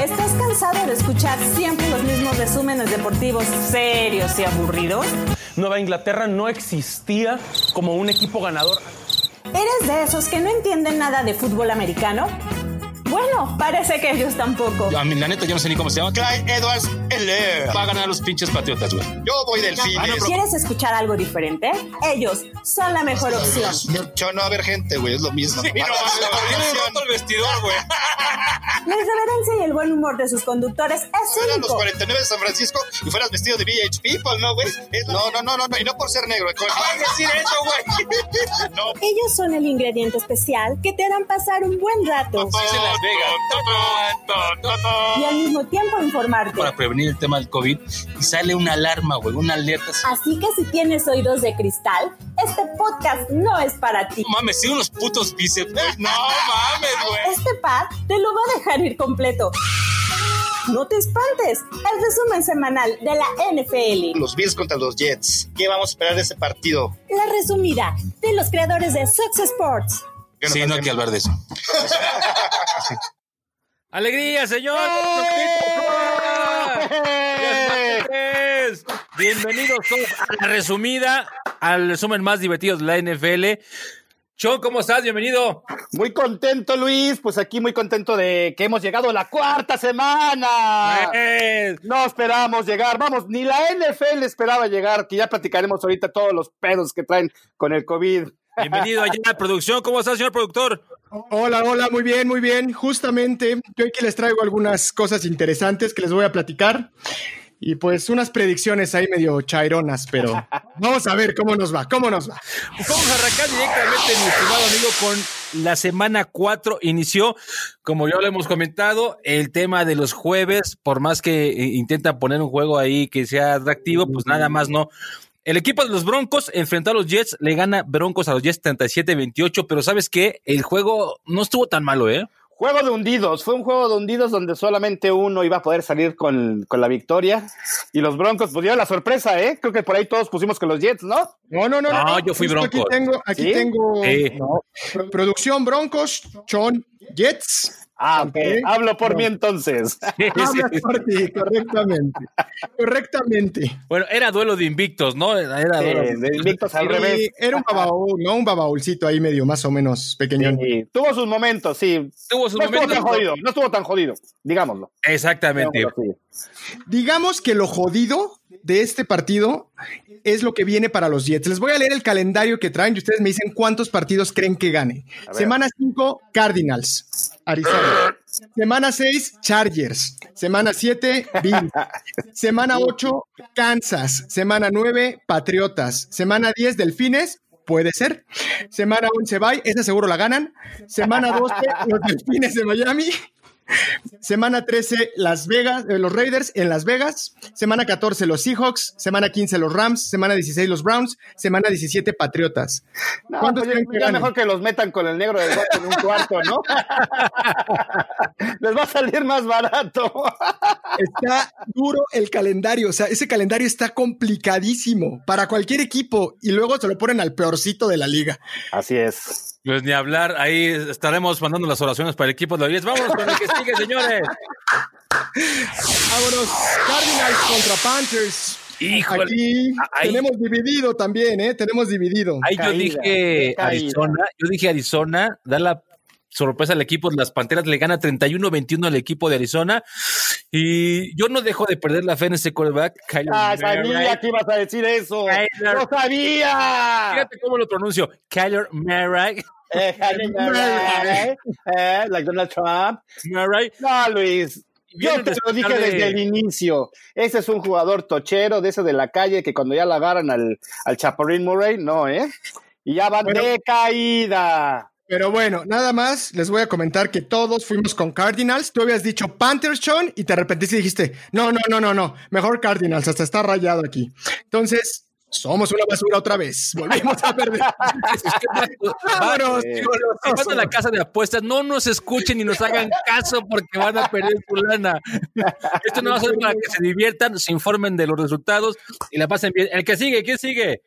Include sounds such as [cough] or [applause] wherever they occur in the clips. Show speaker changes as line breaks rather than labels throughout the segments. ¿Estás cansado de escuchar siempre los mismos resúmenes deportivos serios y aburridos?
Nueva Inglaterra no existía como un equipo ganador.
¿Eres de esos que no entienden nada de fútbol americano? Bueno, parece que ellos tampoco.
A mí, la neta, yo no sé ni cómo se llama. Clyde Edwards Heller. Va a ganar los pinches patriotas, güey. Yo voy del cine.
¿Quieres escuchar algo diferente? Ellos son la mejor opción.
Yo no va a ver gente, güey. Es lo mismo.
Sí, Ah, no, mames, le volvieron roto el vestidor, güey.
La irreverencia y el buen humor de sus conductores es
Fueran los
único.
49 de San Francisco y fueras vestido de VH People, ¿no, güey? Es- No, no, no, no, no. Y no por ser negro. güey.
Ay, decir eso, güey.
No,
Ellos son el ingrediente especial que te harán pasar un buen rato
Papá.
Dice Las Vegas.
y al mismo tiempo informarte.
Para prevenir el tema del COVID y sale una alarma, güey, una alerta.
Así que si tienes oídos de cristal, este podcast no es para ti.
No mames, sí, unos putos bíceps. güey. No mames, güey.
Este pad te lo va a dejar ir completo. No te espantes, el resumen semanal de la NFL,
los Bills contra los Jets. ¿Qué vamos a esperar de ese partido?
la resumida de los creadores de Success Sports.
Yo
Sí, no hay
sé.
que hablar de eso.
¡Alegría, señor! ¡Ya es martes! Bienvenidos todos a la resumida, al resumen más divertido de la NFL. Chon, ¿cómo estás? Bienvenido.
Muy contento, Luis. Pues aquí muy contento de que hemos llegado a la cuarta
Ah.
semana.
Eh.
¡Yes!
No esperamos llegar, vamos, ni la NFL esperaba llegar, que ya platicaremos ahorita todos los pedos que traen con el COVID.
Bienvenido allá a la producción. ¿Cómo estás, señor productor?
Hola, hola, muy bien, muy bien. Justamente, yo aquí les traigo algunas cosas interesantes que les voy a platicar y pues unas predicciones ahí medio chaironas, pero vamos a ver cómo nos va, cómo nos va.
Pues Vamos a arrancar directamente, mi estimado amigo, con la semana 4. Inició, como ya lo hemos comentado, el tema de los jueves, por más que eh, intentan poner un juego ahí que sea atractivo, pues nada más no. El equipo de los Broncos enfrentó a los Jets, le gana Broncos a los Jets 37-28, pero ¿sabes qué? El juego no estuvo tan malo, ¿eh?
Juego de hundidos, fue un juego de hundidos donde solamente uno iba a poder salir con, con la victoria y los Broncos pudieron la sorpresa, ¿eh? Creo que por ahí todos pusimos con los Jets, ¿no?
No, no, no, no.
No, yo fui
Justo
Broncos.
Aquí tengo, aquí
¿Sí?
tengo
Sí.
no, pro- producción Broncos, Chon Jets.
Ah, ok.
Ok.
Hablo por
No.
mí entonces.
Hablas por ti, correctamente. Correctamente.
Bueno, era duelo de invictos, ¿no? Era, era duelo de
Eh, de [laughs] invictos al
Y
revés.
era un babaúl, ¿no? Un babaúlcito ahí medio más o menos pequeñón.
Sí, tuvo sus momentos, sí.
Tuvo sus
no
momentos.
estuvo tan jodido, no estuvo tan jodido, digámoslo.
Exactamente.
Digámoslo así.
Digamos que lo jodido de este partido es lo que viene para los Jets. Les voy a leer el calendario que traen y ustedes me dicen cuántos partidos creen que gane.
A ver.
Semana 5, Cardinals, Arizona. Semana 6, Chargers. Semana 7,
[laughs]
Bills. Semana 8, Kansas. Semana 9, Patriotas. Semana 10, Delfines. Puede ser. Semana 11, bye. Esa seguro la ganan. Semana 12,
[laughs]
los Delfines de Miami. Semana 13, Las Vegas, eh, los Raiders en Las Vegas. Semana 14, los Seahawks. Semana 15, los Rams. Semana 16, los Browns. Semana 17, Patriotas.
No,
¿Cuántos
pues,
creen que
ya
ganen?
mejor que los metan con el negro del gato en un cuarto, ¿no? [laughs] Les va a salir más barato.
Está [laughs] duro el calendario. O sea, ese calendario está complicadísimo para cualquier equipo y luego se lo ponen al peorcito de la liga.
Así es.
Pues ni hablar, ahí estaremos mandando las oraciones para el equipo de los Jets. Vámonos con el que sigue, señores.
Vámonos, Cardinals contra Panthers.
[laughs] Híjole.
Aquí
Ahí-
tenemos dividido también, ¿eh? Tenemos dividido.
Ahí yo
Caída,
dije
caída.
Arizona, yo dije Arizona, da la sorpresa al equipo de las Panteras, le gana 31-21 al equipo de Arizona. Y yo no dejo de perder la fe en este quarterback. Kyler
Ah,
Murray.
sabía que ibas a decir eso.
Ay, no.
¡Lo sabía!
Fíjate cómo lo pronuncio. Kyler Murray.
Eh, Jaime Murray, eh, like Donald Trump.
Murray.
No, Luis.
Viene
Yo te
despertar
lo dije
de-
desde el inicio. Ese es un jugador tochero de ese de la calle que cuando ya la agarran al, al Chaparrín Murray, no, ¿eh? Y ya van
Bueno.
de caída.
Pero bueno, nada más les voy a comentar que todos fuimos con Cardinals. Tú habías dicho Panthers, Sean, y te arrepentiste y dijiste, no, no, no, no, no, mejor Cardinals, hasta está rayado aquí. Entonces, somos una basura otra vez. [laughs] Volvimos a perder.
[laughs]
Vámonos,
Eh,
digo,
Si
los
van a la
osos.
casa de apuestas, no nos escuchen y nos hagan caso porque van a perder su lana. Esto no va a ser para que se diviertan, se informen de los resultados y la pasen bien. El que sigue, ¿quién sigue?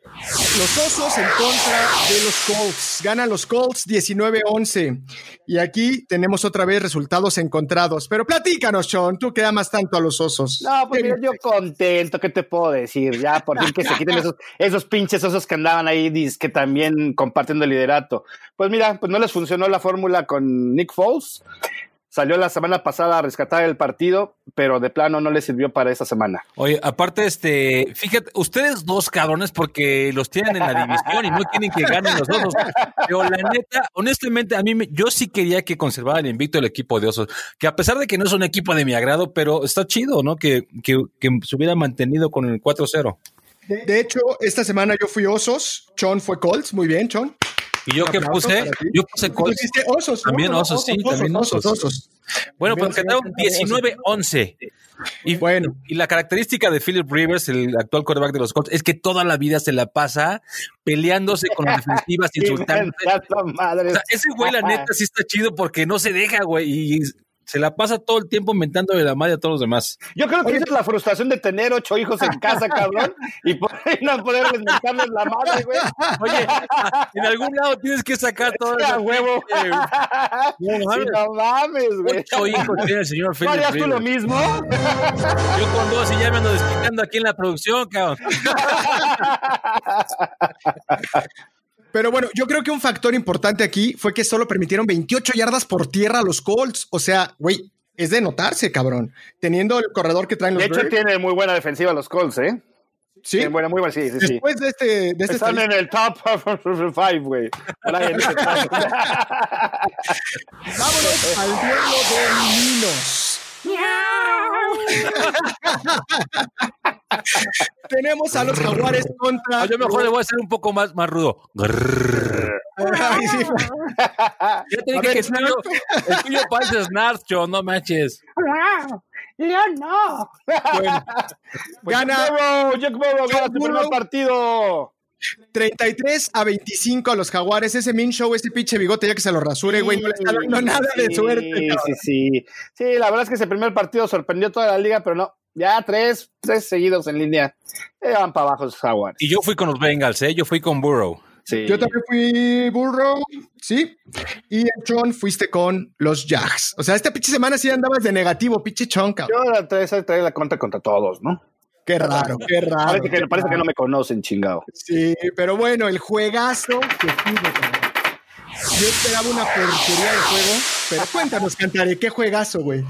Los Osos en contra de los Colts. Ganan los Colts 19-11. Y aquí tenemos otra vez resultados encontrados. Pero platícanos, Sean, tú que amas tanto a los Osos.
No, pues mira, yo contento, ¿qué te puedo decir? Ya, por fin que se quiten esos, esos pinches osos que andaban ahí, dis- que también compartiendo el liderato. Pues mira, pues no les funcionó la fórmula con Nick Foles. Salió la semana pasada a rescatar el partido, pero de plano no le sirvió para esta semana.
Oye, aparte, este, fíjate, ustedes dos cabrones, porque los tienen en la división y no quieren que ganen los osos. Pero la neta, honestamente, a mí me- yo sí quería que conservara el invicto el equipo de osos, que a pesar de que no es un equipo de mi agrado, pero está chido, ¿no? Que, que, que se hubiera mantenido con el 4-0.
De de hecho, esta semana yo fui Osos, Sean fue Colts, muy bien, Sean.
Y yo que
Aplauso
puse,
para ti.
yo puse
Tú
Colts.
dijiste "Oh, Osos. ¿no?
También osos, sí, también osos. Bueno,
También
pero
se
quedaron
llama
19-11. Y,
Bueno.
y la característica de Philip Rivers, el actual quarterback de los Colts, es que toda la vida se la pasa peleándose con las
[laughs]
defensivas, insultando.
Inventando
O
madres.
sea, ese güey, la neta, sí está chido porque no se deja, güey. Y se la pasa todo el tiempo mentándole la madre a todos los demás.
Yo creo que esa es la frustración de tener ocho hijos en casa, cabrón, y por- y no poderles mentarles la madre, güey.
Oye, [laughs] en algún lado tienes que sacar todo
Sí, a
el
huevo. [laughs]
No
Sí,
mames.
no mames, güey.
Ocho hijos tiene el
[laughs]
señor
¿No
Philip
harías tú lo
Rivers.
mismo?
Yo con dos y ya me ando despintando aquí en la producción, cabrón.
Pero bueno, yo creo que un factor importante aquí fue que solo permitieron 28 yardas por tierra a los Colts. O sea, güey, es de notarse, cabrón. Teniendo el corredor que traen los
De hecho,
Bears,
tiene muy buena defensiva los Colts, ¿eh?
sí.
Tiene buena, muy buena, sí, sí, sí.
Después de este, de este
Están en
estadístico,
el top [laughs] 5, güey. Brian,
vámonos al duelo de niños. Tenemos a los jaguares contra.
Ah, Yo mejor le voy a hacer un poco más, más rudo.
Ay, sí.
Ya te dije
ver,
que el tuyo, el tuyo parece Snarf, John, no manches.
[laughs] Bueno, [laughs] gana
Pues Jack Burrow, Jack Burrow gana su
Burrow.
primer partido.
33 a 25 a los jaguares. Ese Min Show, ese pinche bigote, ya que se lo rasure, güey. No le está dando nada de
Sí,
suerte. cabrón.
Sí, sí. Sí, la verdad es que ese primer partido sorprendió toda la liga, pero no. Ya tres, tres seguidos en línea. Eh, van para abajo esos Jaguars.
Y yo fui con los Bengals, ¿eh? Yo fui con Burrow.
Sí.
Yo también fui burro, sí. Y el Chon fuiste con los Jags. O sea, esta pinche semana sí andabas de negativo, pinche Chon, cabrón.
Yo la trae, esa trae la contra contra todos, ¿no?
Qué raro, qué raro.
parece que, parece que no me conocen, chingado.
Sí, pero bueno, el juegazo que tuvo, cabrón. Yo esperaba una porquería de juego, pero cuéntanos, Cantaré, qué juegazo, güey.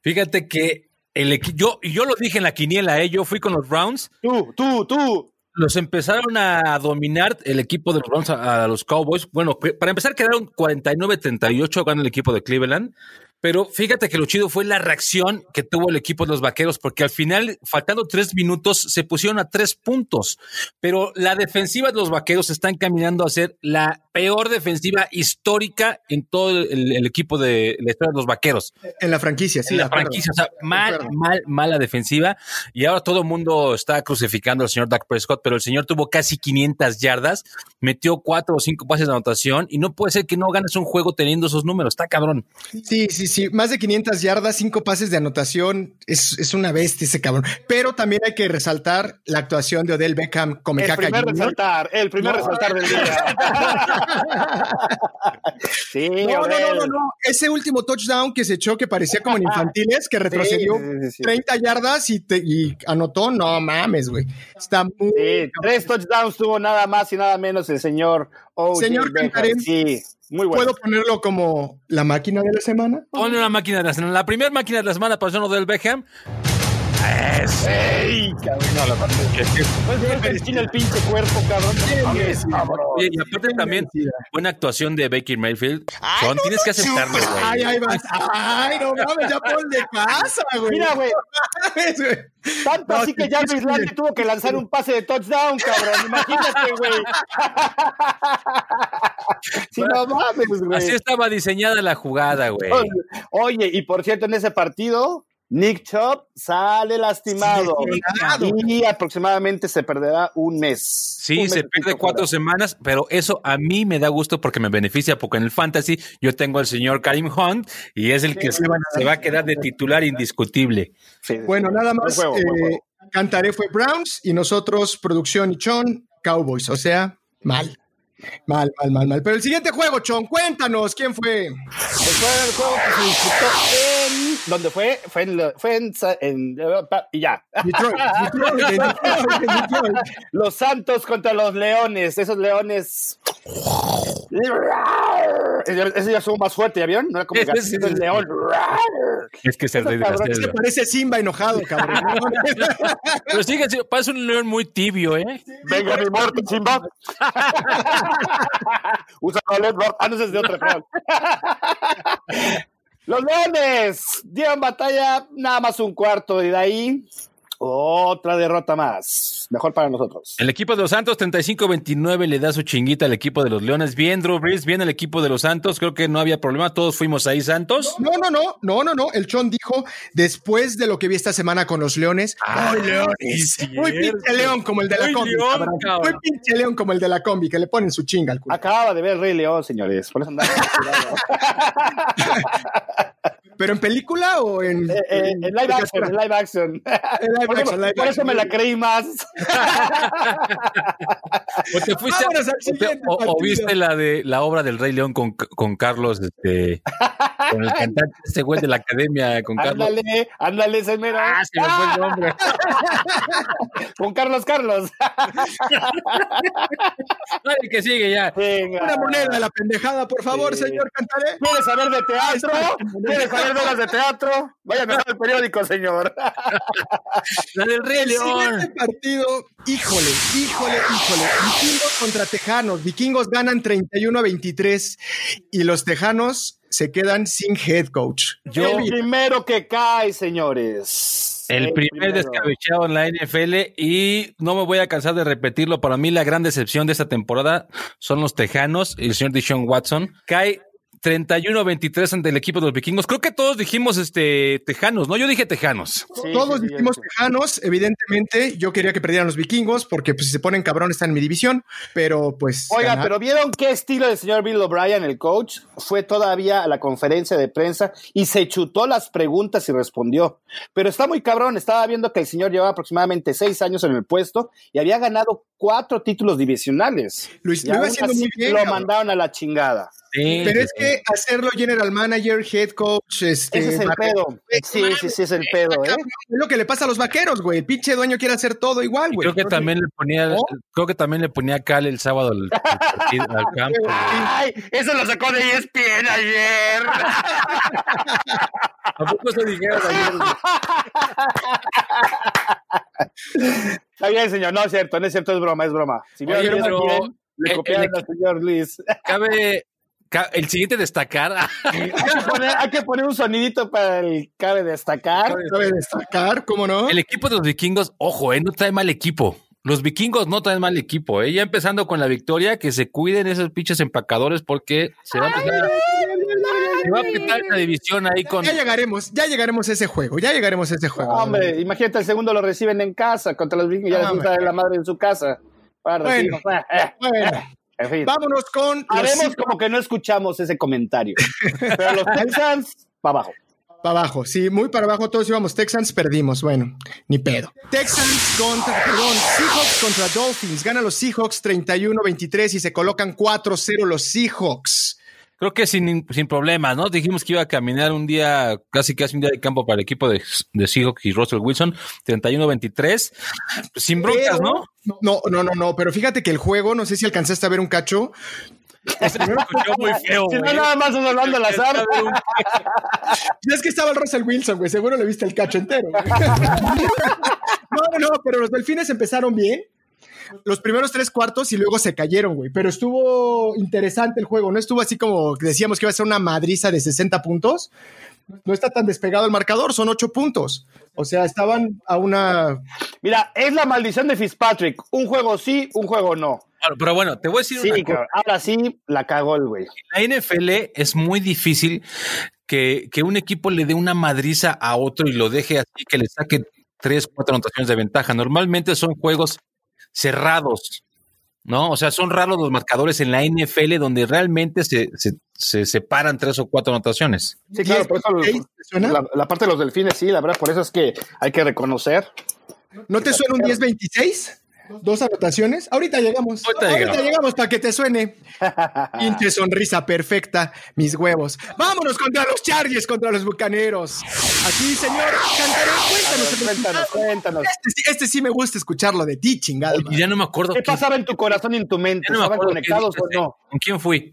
Fíjate que el equi- yo, y yo lo dije en la quiniela, ¿eh? Yo fui con los Browns.
Tú, tú, tú.
Los empezaron a dominar el equipo de los Browns a, a los Cowboys. Bueno, pe- para empezar quedaron 49-38, gana el equipo de Cleveland. Pero fíjate que lo chido fue la reacción que tuvo el equipo de los vaqueros, porque al final, faltando tres minutos, se pusieron a tres puntos. Pero la defensiva de los vaqueros están caminando a ser la peor defensiva histórica en todo el, el equipo de la historia de los vaqueros
En la franquicia, sí.
en
de
la
acuerdo.
franquicia. O sea, mal,
acuerdo.
mal, mala defensiva. Y ahora todo el mundo está crucificando al señor Dak Prescott, pero el señor tuvo casi 500 yardas, metió cuatro o cinco pases de anotación y no puede ser que no ganes un juego teniendo esos números. Está cabrón.
Sí, sí, sí. Más de 500 yardas, cinco pases de anotación. Es, es una bestia ese cabrón. Pero también hay que resaltar la actuación de Odell Beckham como
El
caca
primer
junior.
resaltar, el primer resaltar
[laughs]
del día. sí,
No, no, no,
Odell.
no, no. Ese último touchdown que se echó que parecía
[laughs]
como en infantiles, que retrocedió
Sí, sí, sí, sí.
30 yardas y, te- y anotó. No mames, güey. Está muy.
Sí, tres touchdowns tuvo nada más y nada menos el señor O.
Señor Cantarén.
Sí, muy bueno.
¿Puedo ponerlo como la máquina de la semana?
Ponle una máquina de la semana. La primera máquina de la semana para el señor Odell Beckham.
¡Ey, cabrón! No, la verdad es que- Pues bien, Cristina, el pinche cuerpo, cabrón.
Oh,
Oye, y aparte también, buena actuación de Baker Mayfield. Son, tienes que aceptarlo, güey.
Ay, ay, vas. Ay, no mames, ya ponle casa, güey.
Mira, güey,
No mames, güey.
tanto
No,
así que
sí,
ya
sí,
Luis
sí.
Landy tuvo que lanzar un pase de touchdown, cabrón. Imagínate, güey. Si no mames, güey.
Así estaba diseñada la jugada, güey.
Oh,
Oye, y por cierto, en ese partido, Nick Chubb sale lastimado.
Lesionado.
Y aproximadamente se perderá un mes. Un
Sí,
mes
se
de
pierde
tiempo
cuatro
fuera.
semanas, pero eso a mí me da gusto porque me beneficia, porque en el fantasy yo tengo al señor Karim Hunt y es el que se, se va a quedar de titular indiscutible.
Sí, sí,
Bueno,
sí.
nada
Buen
más.
juego, buen
eh,
juego.
Cantaré fue Browns y nosotros, producción y Chon, Cowboys. O sea, mal. Mal, mal, mal, mal. Pero el siguiente juego, Chon, cuéntanos quién fue.
El juego, el juego pues, que se disputó en. ¿Dónde fue? Fue en. lo- Fue en, Sa- en- y ya. [laughs]
Detroit, Detroit, Detroit,
[laughs]
Detroit.
Los Santos contra los Leones. Esos Leones. Ese ya subo más fuerte, ¿ya vieron? No era como
Sí, sí,
gatito,
sí.
el león.
Es que se
desgraciado.
Se [laughs] parece Simba enojado, cabrón.
Pero sigue, siendo- parece un león muy tibio, ¿eh?
Venga, mi muerte, Simba. [laughs] Usa la LED, Rock. Ah, no, ese es de otra cosa. [laughs] Los Leones dieron batalla nada más un cuarto y de ahí otra derrota más. Mejor para nosotros.
El equipo de los Santos 35-29 le da su chinguita al equipo de los Leones. Bien, Drew Brees, bien el equipo de los Santos. Creo que no había problema. Todos fuimos ahí, Santos.
No, no, no, no, no, no. El Chon dijo después de lo que vi esta semana con los leones.
Ah,
¡Ay, leones! Muy pinche león como el de la
Muy
combi.
león,
cabrón.
cabrón.
Muy pinche león como el de la combi, que le ponen su chinga al culo.
Acababa de ver el Rey León, señores. Por eso andaba tirado.
¿Pero en película o en.?
Eh, eh, en live action, en live action.
En live
Por eso-
action, live
por eso
action.
me la creí más.
O te fuiste.
Vámonos al
o te-
siguiente
o, o
partido.
viste la de la obra del Rey León con, con Carlos, este, con
[laughs]
el cantante, este güey de la academia, con Carlos.
Ándale, ándale, ese mero.
Ah, se me fue el nombre.
Con Carlos Carlos.
[laughs] Ay, que sigue ya.
Venga.
Una moneda a la pendejada, por favor,
Sí.
señor Cantaré.
¿Quieres saber de teatro? ¿Quieres saber de las de teatro? Vaya mejor al periódico, señor.
La del Rey
El
León.
siguiente este partido, híjole, híjole, híjole. Vikingos contra Tejanos. Vikingos ganan 31 a 23 y los Tejanos se quedan sin head coach.
Yo-
El primero que cae, señores. Eh,
El primer
primero.
descabechado en la NFL y no me voy a cansar de repetirlo. Para mí la gran decepción de esta temporada son los Tejanos y el señor Deshaun Watson. Cae 31-23 ante el equipo de los vikingos. Creo que todos dijimos este Tejanos, ¿no? Yo dije Tejanos.
Sí,
Todos
sí, sí,
dijimos
sí.
tejanos, evidentemente. Yo quería que perdieran los vikingos porque pues, si se ponen cabrón están en mi división, pero pues.
Oiga,
ganar-
pero ¿vieron qué estilo del señor Bill O'Brien, el coach? Fue todavía a la conferencia de prensa y se chutó las preguntas y respondió. Pero está muy cabrón, estaba viendo que el señor llevaba aproximadamente seis años en el puesto y había ganado cuatro títulos divisionales.
Lo hizo-
Y
lo iba
aún
haciendo
así
muy bien,
Lo
cabrón.
mandaron a la chingada.
Sí,
Pero
sí,
es que hacerlo general manager, head coach, este.
Ese es el
barre-
pedo. Sí, sí, sí, es el pedo, ¿eh?
Pues, Cabrón, Es lo que le pasa a los vaqueros, güey. El pinche dueño quiere hacer todo igual,
Y
güey.
creo que
Entonces,
también le ponía,
¿No?
creo que también le ponía a Cal el sábado al, al partido, al campo.
[laughs]
Ay, eso lo sacó de ESPN ayer.
¿A poco se dijeron ayer?
Está bien, señor. No es cierto, no es cierto, es broma, es broma. Si
Oye,
vieron
pero
ESPN, le
el-
copiaron
el-
al señor Luis. [laughs]
Cabe, ca- el siguiente destacar. ah,
Hay que, poner, hay que poner un sonidito para el cabe destacar.
Cabe destacar, ¿cómo no?
El equipo de los vikingos, ojo, eh, no trae mal equipo. Los vikingos no traen mal equipo, eh. Ya empezando con la victoria, que se cuiden esos pinches empacadores porque se va a empezar a- se va a petar la división ahí con.
Ya llegaremos, ya llegaremos a ese juego, ya llegaremos a ese juego.
Ah, Hombre, imagínate, el segundo lo reciben en casa contra los vikingos. Ya les gusta la madre en su casa. Para
Bueno.
recibirlos. [laughs] Eh,
Bueno,
En fin.
vámonos con.
Haremos como que no escuchamos ese [laughs] comentario. Pero los Texans, para abajo.
Para abajo, sí, muy para abajo todos íbamos Texans, perdimos, bueno, ni pedo. Texans contra, perdón, Seahawks contra Dolphins, gana los Seahawks 31-23 y se colocan 4-0 los Seahawks.
Creo que sin, sin problemas, ¿no? Dijimos que iba a caminar un día, casi casi un día de campo para el equipo de, de Seahawks y Russell Wilson, 31-23. Sin broncas,
[laughs]
¿no?
No, no, no, no, pero fíjate que el juego, no sé si alcanzaste a ver un cacho,
Este se escuchó muy feo,
Si no,
güey.
nada más Orlando Lazar.
es que estaba el Russell Wilson, güey, seguro le viste el cacho entero. güey. [laughs] no, no, no, pero los Delfines empezaron bien. Los primeros tres cuartos y luego se cayeron, güey. Pero estuvo interesante el juego. No estuvo así como decíamos que iba a ser una madriza de 60 puntos. No está tan despegado el marcador, son ocho puntos. O sea, estaban a una.
Mira, es la maldición de Fitzpatrick. Un juego sí, un juego no.
Bueno, Pero bueno, te voy a decir
Sí,
una cosa.
cabrón. Ahora sí, la cagó el güey.
la NFL es muy difícil que, que un equipo le dé una madriza a otro y lo deje así, que le saque tres, cuatro anotaciones de ventaja. Normalmente son juegos cerrados, ¿no? O sea, son raros los marcadores en la NFL donde realmente se, se- se separan tres o cuatro anotaciones.
Sí, claro, por eso
¿Diez? ¿Te suena?
la, la parte de los delfines, sí, la verdad, por eso es que hay que reconocer.
¿No te suena un 10-26? dos anotaciones. Ahorita llegamos.
Ahorita llegamos.
para que te suene. Pinche sonrisa perfecta, mis huevos. Vámonos contra los Chargers, contra los bucaneros. Aquí, señor Cantero, cuéntanos. el
Cuéntanos,
resultado.
cuéntanos.
Este, sí- este sí me gusta escucharlo de ti, chingada.
Oye, ya no me acuerdo.
¿Qué
quién-
pasaba en tu corazón y en tu mente?
ya no me
¿Estaban
acuerdo qué
conectados o
dijiste.
no?
¿Con quién fui?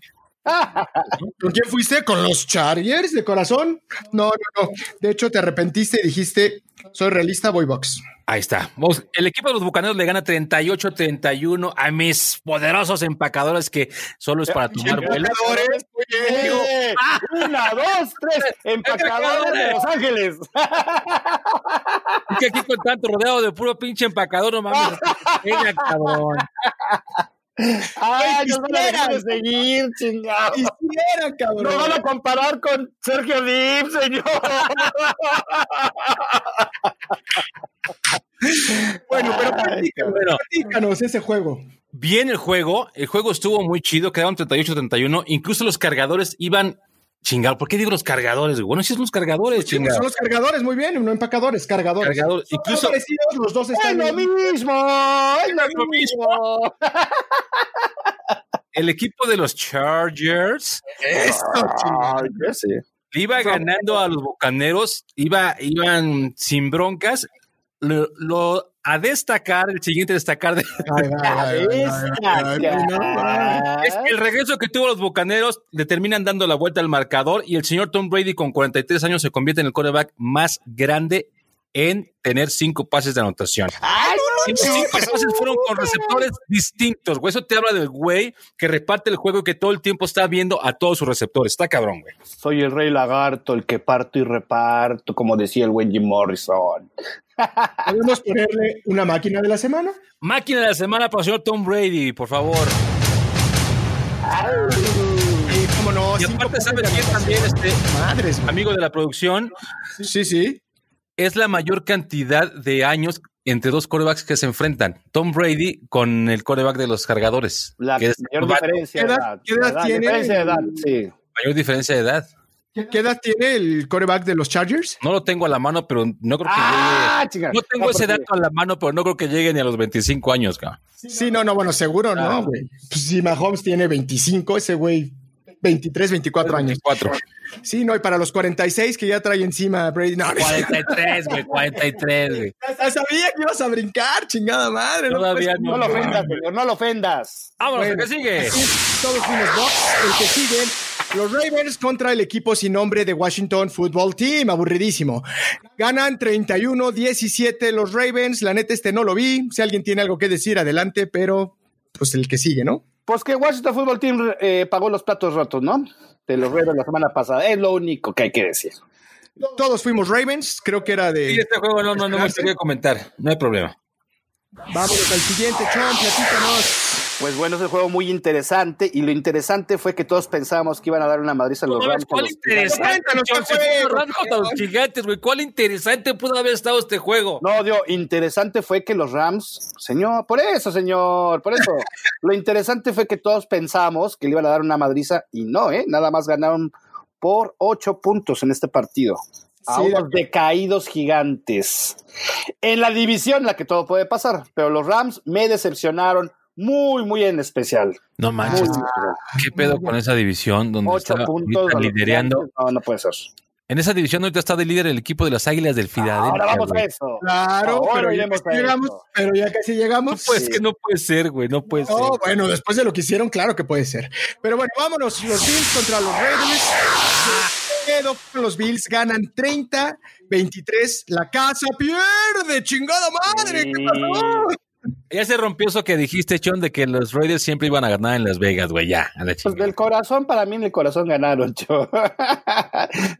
¿Con quién fuiste? ¿Con los Chargers de corazón? No, no, no. De hecho, te arrepentiste y dijiste, soy realista, voy box.
Ahí está. Vamos, El equipo de los bucaneros le gana 38-31 a mis poderosos empacadores que solo es para tomar vuelo.
Empacadores, muy bien. Eh, Una, dos,
[laughs]
tres. Empacadores de Los Ángeles.
Es que aquí con tanto rodeado de puro pinche empacador, no [laughs] mames. Venga, cabrón.
Ay, nos van a dejar de
quisieran.
seguir, chingado.
Quisiera, cabrón.
Nos van a comparar con Sergio Dip, señor.
Bueno, pero platícanos,
Bueno,
platícanos ese juego.
bien el juego. El juego estuvo muy chido. Quedaron 38-31. Incluso los cargadores iban. Chingado, ¿por qué digo los cargadores? güey? Bueno, sí son los cargadores,
Son
chingado.
los cargadores, muy bien, no empacadores, cargadores.
Cargadores.
Son
Incluso-
parecidos, los dos
Es
están
lo mismo. Es
[laughs]
lo mismo.
El equipo de los Chargers
Ay, yo sí.
le iba ganando a los bucaneros, iba, iban sin broncas. Lo, lo- a destacar, el siguiente destacar de-
Ay, ay, ay, ay, ay, ay, no, ay.
es el regreso que tuvo los bucaneros. Le terminan dando la vuelta al marcador y el señor Tom Brady, con 43 años, se convierte en el coreback más grande en tener cinco pases de anotación. Y los cinco pases fueron con receptores distintos, güey. Eso te habla del güey que reparte el juego y que todo el tiempo está viendo a todos sus receptores. Está cabrón, güey.
Soy el rey lagarto, el que parto y reparto, como decía el buen Jim Morrison.
¿Podemos ponerle una máquina de la semana?
Máquina de la semana para el señor Tom Brady, por favor.
Sí, cómo no.
Y
cinco
aparte,
pases
¿sabes
de
quién también, este
Madres, güey.
amigo de la producción?
Sí, sí.
Es la mayor cantidad de años entre dos corebacks que se enfrentan. Tom Brady con el coreback de los cargadores.
La
que es
mayor
la
diferencia
¿Qué
de
edad-
edad.
qué edad
La
tiene?
diferencia de edad, sí.
mayor diferencia de edad.
¿Qué edad tiene el coreback de los Chargers?
No lo tengo a la mano, pero no creo que
Ah,
llegue.
chingada.
No tengo
No,
ese
porque-
dato a la mano, pero no creo que llegue ni a los 25 años, cabrón.
Sí, no, no, bueno, seguro
Ah.
no, güey. Pues si Mahomes tiene 25, ese güey 23, 24 años.
Cuatro.
[laughs]
Sí, no, y para los 46 que ya trae encima a Brady. No, no,
43, güey, 43, güey.
ya sabía que ibas a brincar, chingada madre. no
Todavía
puedes-
no.
No lo ofendas, señor, no lo ofendas.
Vámonos,
Bueno.
¿qué sigue?
Así es, Todos fuimos box. El que sigue, los Ravens contra el equipo sin nombre de Washington Football Team. Aburridísimo. Ganan 31-17 los Ravens. La neta, este no lo vi. Si alguien tiene algo que decir, adelante, pero pues el que sigue, ¿no?
Pues que Washington Football Team eh, pagó los platos rotos, ¿no? Te los redes la semana pasada. Es lo único que hay que decir.
Todos fuimos Ravens. Creo que era
Sí,
de.
este juego no, no, no me tengo que comentar. No hay problema.
Vámonos al siguiente, Chon. Platícanos.
Pues bueno, es un juego muy interesante. Y lo interesante fue que todos pensábamos que iban a dar una madriza a los Rams. con
¿Cuál
los-
interesante?
Cuéntanos,
John,
¿cuál
si fueron
fue?
Rams contra los gigantes, güey. ¿Cuál interesante pudo haber estado este juego?
No, digo, interesante fue que los Rams, señor, por eso, señor, por
[laughs]
eso. lo interesante fue que todos pensamos que le iban a dar una madriza y no, ¿eh? Nada más ganaron por ocho puntos en este partido. A
Sí,
unos decaídos gigantes. En la división, la que todo puede pasar, pero los Rams me decepcionaron muy, muy en especial.
No
Muy,
manches,
muy en especial.
¿qué pedo con esa división donde
Ocho
está
puntos.
ahorita
a los
liderando?
gigantes. No, no puede ser.
En esa división ahorita está de líder el equipo de las Águilas del Filadelfia.
Ahora vamos a
güey.
eso.
Ah,
Claro,
Ahora
pero ya
iremos
casi
a
llegamos.
eso.
Pero ya casi
No,
llegamos.
pues que no puede ser, güey, no puede ser.
No, Oh, bueno, después de lo que hicieron, claro que puede ser. Pero bueno, vámonos. Los Bills contra los Ravens. Se quedó con los Bills. Ganan 30-23. La casa pierde. ¡Chingada madre! ¿Qué pasó?
Ya se rompió eso que dijiste, Chon, de que los Raiders siempre iban a ganar en Las Vegas, güey, ya, a la
Pues
chingada.
del corazón, para mí en el corazón ganaron, yo.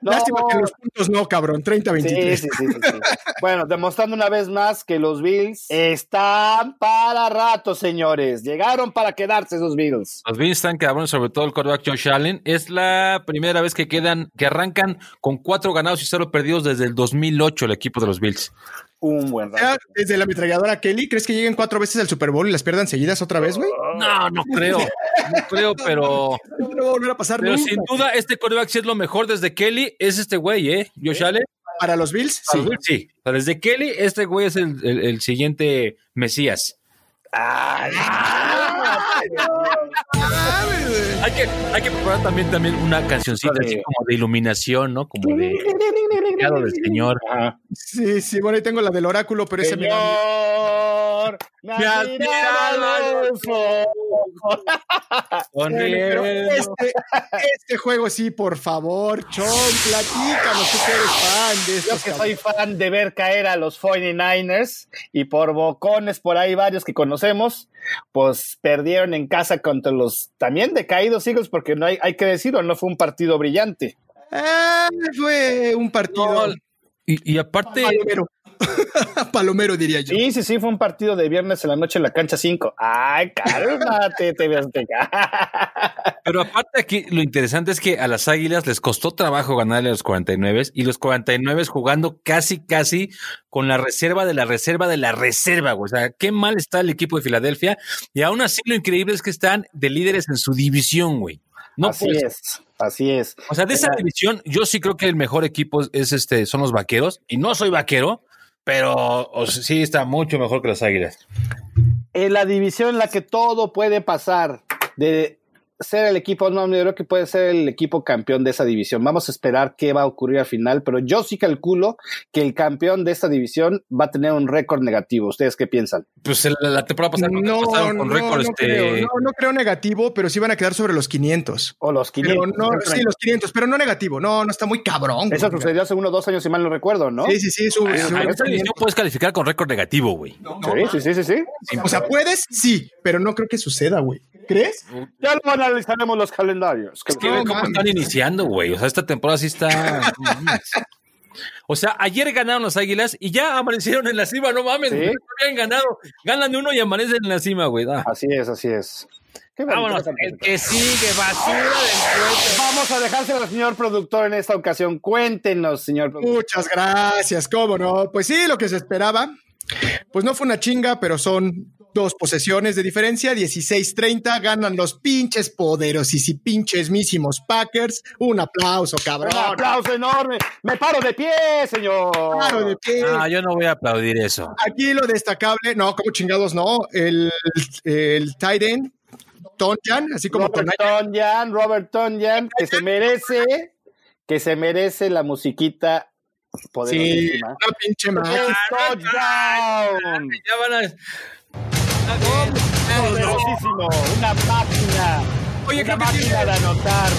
No.
Lástima que los puntos no, cabrón.
Sí,
30-23.
sí, sí, sí,
[laughs]
sí. Bueno, demostrando una vez más que los Bills están para rato, señores. Llegaron para quedarse esos Bills.
Los Bills están cabrones, sobre todo el quarterback Josh Allen. Es la primera vez que quedan, que arrancan con cuatro ganados y cero perdidos desde el 2008 el equipo de los Bills.
Un buen
Ya,
rato.
desde la ametralladora Kelly, ¿crees que lleguen cuatro veces al Super Bowl y las pierdan seguidas otra vez, güey?
Oh.
No, no creo, no creo,
[laughs]
pero,
No va a volver a pasar
pero
nunca.
sin duda este quarterback sí es lo mejor desde Kelly, es este güey, ¿eh? Josh Allen.
Para los Bills,
Sí,
sí.
sí. O sea, desde Kelly este güey es el, el- el siguiente Mesías.
Ay,
Hay que, hay que preparar también, también una cancioncita
Híjole.
así como de iluminación, ¿no? Como de Claro, del Señor.
Ajá.
Sí, sí, bueno, ahí tengo la del oráculo, pero esa me da
Señor, me
Me
has
has mirado
mirado los ojos.
miedo. Pero este, este juego sí, por favor, Chon, platícanos, tú que eres fan de
Yo
estos
que soy
cabrones.
fan de ver caer a los 49ers y por bocones por ahí varios que conocemos, pues perdieron en casa contra los también decaídos Eagles porque no hay, hay que decirlo, no fue un partido brillante.
Ah, fue un partido
Y, y aparte,
palomero. [laughs] palomero, diría yo.
Sí, sí, sí, fue un partido de viernes en la noche en la cancha 5. Ay, cálmate, te ves de
pero aparte aquí lo interesante es que a las Águilas les costó trabajo ganarle a los 49 y los 49 jugando casi, casi con la reserva de la reserva de la reserva. güey. O sea, qué mal está el equipo de Filadelfia. Y aún así lo increíble es que están de líderes en su división, güey. No
así
puedes-
es, así es.
O sea, de esa división, yo sí creo que el mejor equipo es este, son los vaqueros. Y no soy vaquero, pero o sea, sí está mucho mejor que las águilas.
en la división en la que todo puede pasar, de ser el equipo, no, yo creo que puede ser el equipo campeón de esa división. Vamos a esperar qué va a ocurrir al final, pero yo sí calculo que el campeón de esta división va a tener un récord negativo. ¿Ustedes qué piensan?
Pues la, la temporada pasada
No, no,
pasaron
no,
con récord
no
este.
creo, no, no creo negativo, pero sí van a quedar sobre los 500.
O los
Pero
500.
no, sí, los 500, pero no negativo. No, no está muy cabrón.
Eso
güey.
sucedió hace uno o dos años, si mal no recuerdo, ¿no?
Sí, sí, sí. su- su-
Ah, esta división puedes calificar con récord negativo, güey.
sí, sí, sí, sí.
o sea, puedes, sí, pero no creo que suceda, güey. ¿Crees?
Ya lo analizaremos los calendarios.
Es que
No
ve cómo
mames.
están iniciando, güey. O sea, esta temporada
[laughs]
sí está. no mames. O sea, ayer ganaron las águilas y ya amanecieron en la cima, no mames.
Sí.
güey, No habían ganado. Ganan uno y amanecen en la cima, güey. Ah.
Así es, así es. Qué bonito
Vámonos.
esa
El que sigue, basura del cuento.
Vamos a dejárselo al señor productor en esta ocasión. Cuéntenos, señor productor.
Muchas gracias, cómo no. Pues sí, lo que se esperaba. Pues no fue una chinga, pero son dos posesiones de diferencia, 16-30, ganan los pinches poderosos y pinches mísimos Packers. Un aplauso, cabrón.
Un aplauso enorme. Me paro de pie, señor.
Claro, de pie.
Ah, yo no voy a aplaudir eso.
Aquí lo destacable, no, como chingados, no, el, el tight end, Tonjan, así como
Robert
Tonayan.
Tonyan, Robert Tonyan, que se merece, que se merece la musiquita
Sí, Ah,
poderosísima.
una pinche
¡Un
magia.
touchdown!
Ya van a.
Poderosísimo, una máquina.
Oye,
una
creo que
máquina de anotar.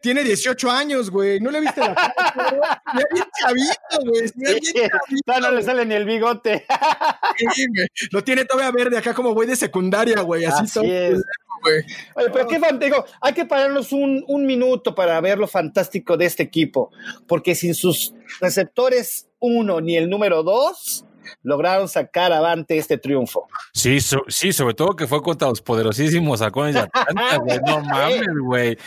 Tiene 18 años, güey. No le viste la cara, güey? Ya bien chavito, güey. Ya bien
Ya no
chavito,
le sale ni el bigote.
güey. [laughs] Lo tiene todavía verde acá como güey de secundaria, güey. Así,
Así
todo,
es.
güey.
Oye, pero qué fan- digo, hay que pararnos un, un minuto para ver lo fantástico de este equipo, porque sin sus receptores uno ni el número dos, lograron sacar avante este triunfo.
Sí, so- sí, sobre todo que fue contra los poderosísimos halcones de Atlanta, güey.
[laughs]
No mames, güey.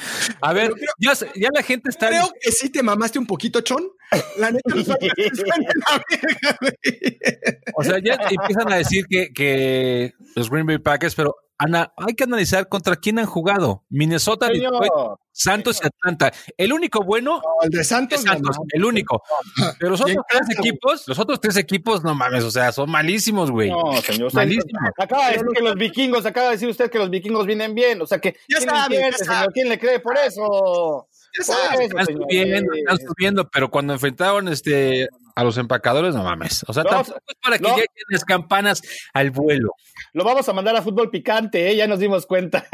A ver, ya, se- ya la gente está.
Creo que sí te mamaste un poquito, Chon. La neta, los Packers [laughs] están de la verga, güey.
O sea, ya empiezan a decir que, que los Green Bay Packers, pero Ana, hay que analizar contra quién han jugado: Minnesota, Detroit,
Señor,
Santos y Atlanta. El único bueno
No, el de
es
Santos.
Santos,
no,
el único. Pero los
Y en
otros tres
casa, güey.
equipos, los otros tres equipos, no mames, o sea, son malísimos, güey.
no, señor. usted-
Malísimos.
acaba de decir que los vikingos, acaba de decir usted que los vikingos vienen bien. O sea que.
Ya
¿quién
sabe,
entiende,
ya
señor?
sabe.
¿Quién le cree por eso?
Ya
Por
sabes.
eso,
Están
señor.
subiendo,
Sí.
están subiendo, pero cuando enfrentaron este a los empacadores, no mames. O sea,
No,
tampoco es para que
no.
lleguen las campanas al vuelo.
Lo vamos a mandar a fútbol picante, ¿eh? ya nos dimos cuenta.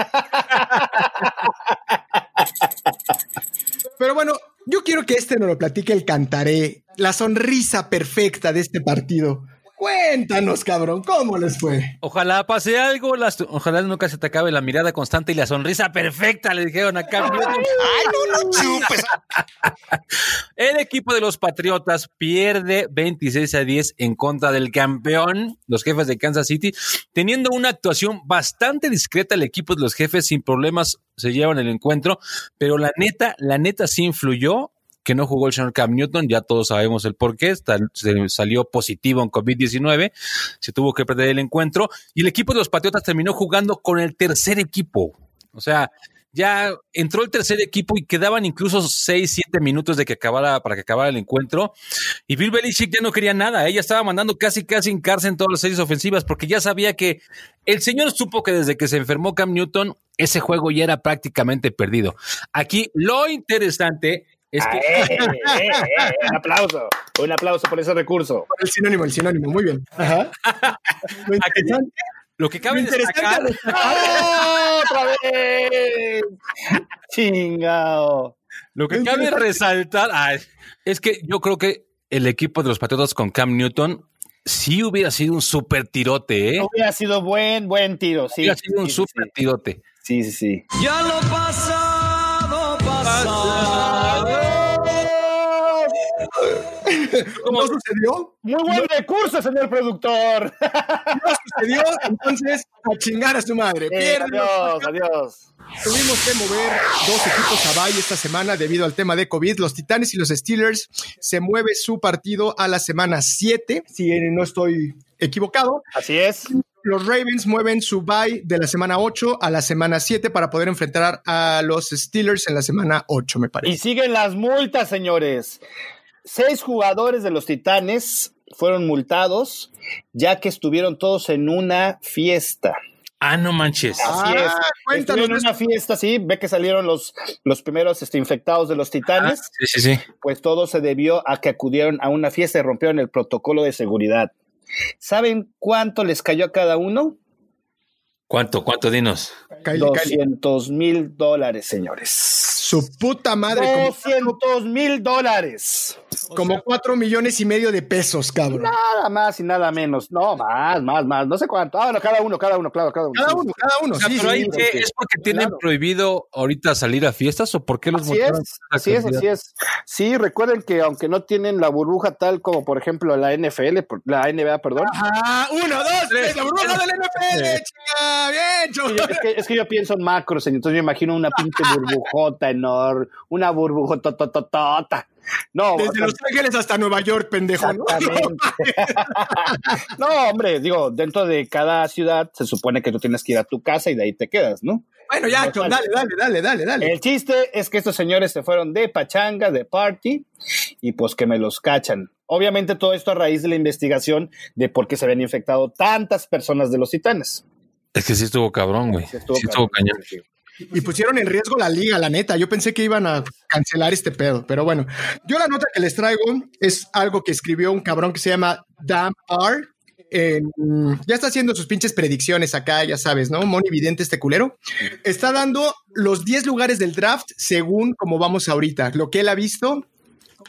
Pero bueno, yo quiero que este nos lo platique el cantaré. La sonrisa perfecta de este partido. Cuéntanos, cabrón, ¿cómo les fue?
Ojalá pase algo, las- ojalá nunca se te acabe la mirada constante y la sonrisa perfecta, le dijeron acá.
Chupes.
[laughs] El equipo de los Patriotas pierde 26 a 10 en contra del campeón, los jefes de Kansas City, teniendo una actuación bastante discreta. El equipo de los jefes sin problemas se llevan el encuentro, pero la neta, la neta sí influyó que no jugó el señor Cam Newton, ya todos sabemos el por qué, se salió positivo en COVID-19, se tuvo que perder el encuentro y el equipo de los Patriotas terminó jugando con el tercer equipo. O sea, ya entró el tercer equipo y quedaban incluso 6, 7 minutos de que acabara, para que acabara el encuentro. Y Bill Belichick ya no quería nada. Ella estaba mandando casi, casi en cárcel en todas las series ofensivas porque ya sabía que el señor supo que desde que se enfermó Cam Newton, ese juego ya era prácticamente perdido. Aquí lo interesante es que
Ah, eh, eh, eh, [laughs] un aplauso, un aplauso por ese recurso.
El sinónimo, el sinónimo, muy bien. Ajá. Lo interesante,
lo que
lo
cabe destacar
interesante
¡Ah, ¡Otra vez! Chingao.
Lo que
Es
cabe
interesante.
resaltar ay, es que yo creo que el equipo de los Patriotas con Cam Newton sí hubiera sido un super tirote, ¿eh?
Hubiera sido buen, buen tiro. Oh, Sí,
hubiera sido un
sí, sí,
super
sí.
tirote.
Sí, sí, sí.
Ya lo pasado, pasado.
no sucedió,
Muy buen recurso, señor productor.
no sucedió, entonces a chingar a su madre.
Eh,
Pierde los
adiós, adiós.
Tuvimos que mover dos equipos a Bay esta semana debido al tema de COVID. Los Titanes y los Steelers se mueve su partido a la semana 7, si no estoy equivocado.
Así es.
Los Ravens mueven su bye de la semana 8 a la semana 7 para poder enfrentar a los Steelers en la semana 8, me
Y
parece.
siguen las multas, señores. Seis jugadores de los Titanes fueron multados ya que estuvieron todos en una fiesta.
Ah, no manches.
Así
Ah,
es.
cuéntanos
Estuvieron en una fiesta, sí. Ve que salieron los, los primeros este, infectados de los Titanes.
Ah,
Ah.
Sí, sí, sí.
pues todo se debió a que acudieron a una fiesta y rompieron el protocolo de seguridad. ¿Saben cuánto les cayó a cada uno?
¿Cuánto? ¿Cuánto? Dinos.
pues, Kylie, Kylie.
200 mil dólares, señores.
Su puta madre, como-
200 mil dólares.
como 4 millones y medio de pesos, cabrón.
Nada más y nada menos. No, más, más, más. No sé cuánto. Ah, no, cada uno, cada uno, claro, cada uno.
Cada uno, cada
Pues
uno.
O sea,
sí,
pero
sí,
ahí
sí.
que- ¿Es porque tienen
Claro.
prohibido ahorita salir a fiestas o por qué los
Así
multaron?
es, así es, así es. Sí, recuerden que aunque no tienen la burbuja tal como, por ejemplo, la NFL, por- la NBA, perdón,
Ajá, uno, dos, tres, la bruja del NFL, chinga, bien,
Sí,
chingada.
yo- es, que, es que yo pienso en macros, señor. Entonces yo imagino una pinche burbujota enorme, una burbujota. No, o
Desde
sea,
Los Ángeles hasta Nueva York, pendejo, ¿no?
exactamente. [laughs] no, hombre, digo, dentro de cada ciudad se supone que tú tienes que ir a tu casa y de ahí te quedas, ¿no?
[laughs] Bueno, ya,
Total.
dale, dale, dale, dale, dale.
El chiste es que estos señores se fueron de pachanga, de party, y pues que me los cachan. Obviamente todo esto a raíz de la investigación de por qué se habían infectado tantas personas de los titanes.
Es que sí estuvo cabrón, güey.
Estuvo
sí estuvo
cabrón.
cañón.
Y pusieron en riesgo la liga, la neta. Yo pensé que iban a cancelar este pedo, pero bueno. Yo la nota que les traigo es algo que escribió un cabrón que se llama Dan R. En- ya está haciendo sus pinches predicciones acá, ya sabes, ¿no? Moni Vidente, este culero. Está dando los 10 lugares del draft según como vamos ahorita, lo que él ha visto,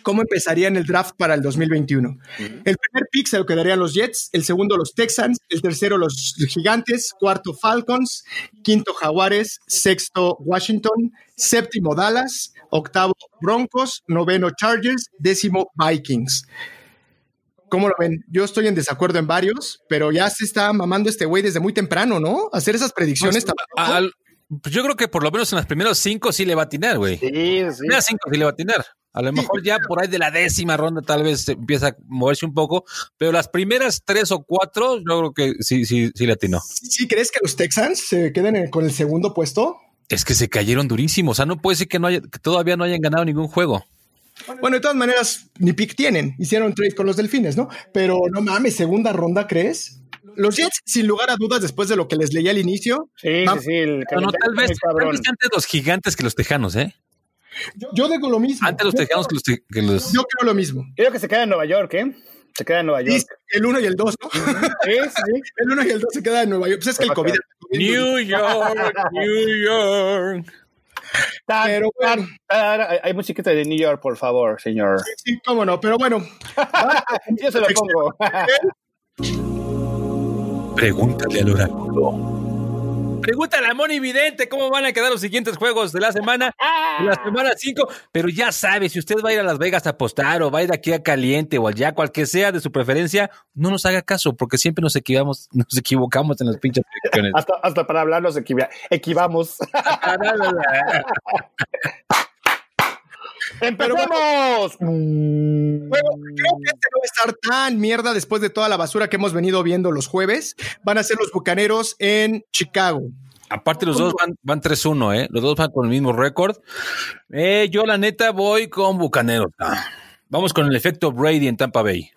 cómo empezaría en el draft para el 2021. El primer pick se lo quedarían los Jets, el segundo los Texans, el tercero los Gigantes, cuarto Falcons, quinto Jaguares, sexto Washington, séptimo Dallas, octavo Broncos, noveno Chargers, décimo Vikings. ¿Cómo lo ven? Yo estoy en desacuerdo en varios, pero ya se está mamando este güey desde muy temprano, ¿no? Hacer esas predicciones tan-
Al- pues yo creo que por lo menos en las primeras cinco sí le va a atinar, güey.
Sí, sí.
Primeras cinco sí le va a atinar. A lo mejor ya por ahí de la décima ronda tal vez se empieza a moverse un poco, pero las primeras tres o cuatro yo creo que sí, sí, sí le atinó.
¿Sí crees que los Texans se queden en- con el segundo puesto?
Es que se cayeron durísimos. O sea, no puede ser que, no haya- que todavía no hayan ganado ningún juego.
Bueno, de todas maneras, ni pick tienen. Hicieron trade con los delfines, ¿no? Pero no mames, segunda ronda, ¿crees? Los Jets, sin lugar a dudas, después de lo que les leí al inicio,
Sí,
Va-
sí, sí, el
Pero no, tal
calendario
vez, tal
muy cabrón.
vez antes los gigantes que los tejanos, ¿eh?
yo digo lo mismo.
Antes los
Yo
tejanos que
creo-
los. te- que los-
Yo creo lo mismo.
Yo creo que se queda en Nueva York, ¿eh? Se queda en Nueva York.
Sí, El 1 y el 2, ¿no?
Sí, sí.
[laughs] El 1 y el 2 se quedan en Nueva York. Pues es que el COVID.
New York, New York.
Tan,
Pero bueno.
tan, tan. Hay- Hay musiquita de New York, por favor, señor.
Sí, cómo no, pero bueno.
Yo se lo pongo.
Pregúntale al oráculo. Pregúntale a Moni Vidente cómo van a quedar los siguientes juegos de la semana, de la semana 5. Pero ya sabe, si usted va a ir a Las Vegas a apostar o va a ir aquí a Caliente o allá, cual que sea de su preferencia, no nos haga caso, porque siempre nos equivocamos, [laughs] nos equivocamos en las pinches [laughs] predicciones.
Hasta, hasta para hablar nos equiva- equivamos.
Ah,
[laughs] ¡Empezamos!
Bueno, creo que este no va a estar tan mierda después de toda la basura que hemos venido viendo los jueves. Van a ser los bucaneros en Chicago.
Aparte, los dos van, van 3-1, ¿eh? Los dos van con el mismo récord. Eh, yo, la neta, voy con Bucaneros. Ah, Vamos con el efecto Brady en Tampa Bay.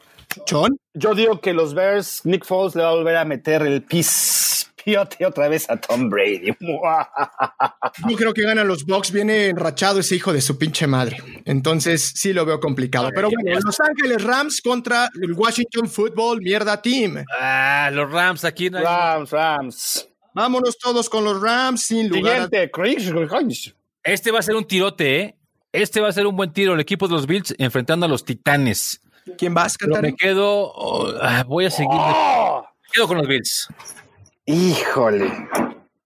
John,
Yo digo que los Bears, Nick Foles le va a volver a meter el pis piote otra vez a Tom Brady.
yo creo que ganan los Bucks. Viene enrachado ese hijo de su pinche madre. Entonces, sí lo veo complicado. Pero bueno, Los Ángeles Rams contra el Washington Football Mierda Team.
Ah, los Rams aquí. no hay-
Rams, Rams.
Vámonos todos con los Rams sin lugar. a-
Siguiente, Chris. Chris.
Este va a ser un tirote, ¿eh? Este va a ser un buen tiro. El equipo de los Bills enfrentando a los Titanes.
¿Quién vas,
Pero
Cantar?
me quedo. oh, ah, voy a seguir. Me quedo con los Bills.
Híjole.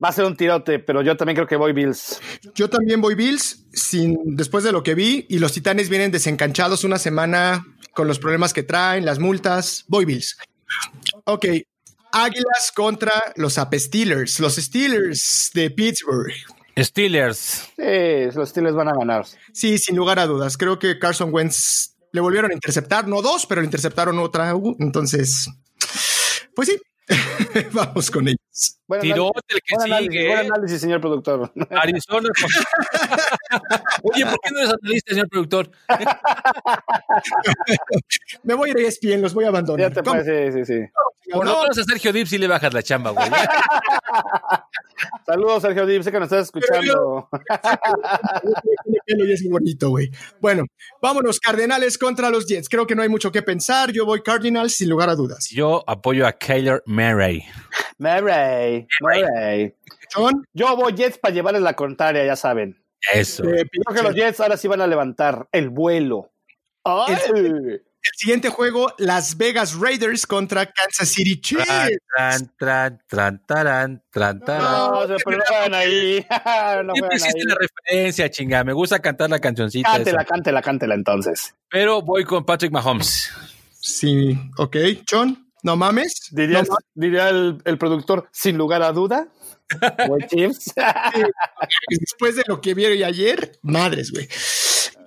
Va a ser un tirote, pero yo también creo que voy Bills.
Yo también voy Bills sin, después de lo que vi y los Titanes vienen desencanchados una semana con los problemas que traen, las multas. Voy Bills. Ok. Águilas contra los Apesteelers, los Steelers de Pittsburgh.
Steelers.
Sí, los Steelers van a ganar.
Sí, sin lugar a dudas. Creo que Carson Wentz le volvieron a interceptar, no dos, pero le interceptaron otra. uh, Entonces, pues sí, vamos con ellos.
Buen
Tirote
análisis.
el que
Buen análisis,
sigue. ¿eh?
buen análisis, señor productor. [laughs]
Arizona. con- Oye, ¿por qué no eres analista, señor productor?
Me voy a ir a ESPN, los voy a
Ya
abandonar.
te
¿Cómo?
parece, sí, sí.
Por
No,
lo menos a Sergio Dip sí le bajas la chamba,
[laughs]
güey.
Saludos, Sergio Dib, sé que nos estás escuchando.
Tiene pelo y es muy bonito, güey. Bueno, vámonos, Cardenales contra los Jets. Creo que no hay mucho que pensar. Yo voy Cardinals sin lugar a dudas.
Yo apoyo a Kyler Murray.
Murray, Murray.
John,
Yo voy Jets para llevarles la contraria, ya saben.
Eso.
eh,
Yo creo que los Jets ahora sí van a levantar el vuelo. ¡Ay!
el siguiente juego, Las Vegas Raiders contra Kansas City Chiefs.
Tran, tran, tran, tran, tarán, tran, tarán.
No, o sea, pero no juegan ahí. [laughs] No juegan
Siempre existe
ahí.
la referencia, chinga. Me gusta cantar la cancioncita.
Cántela,
esa.
cántela, cántela entonces.
Pero voy con Patrick Mahomes.
Sí, ok. John, no mames.
Diría,
No mames,
diría el, el productor, sin lugar a [laughs] duda. Voy Chiefs.
después de lo que vieron ayer, madres, güey.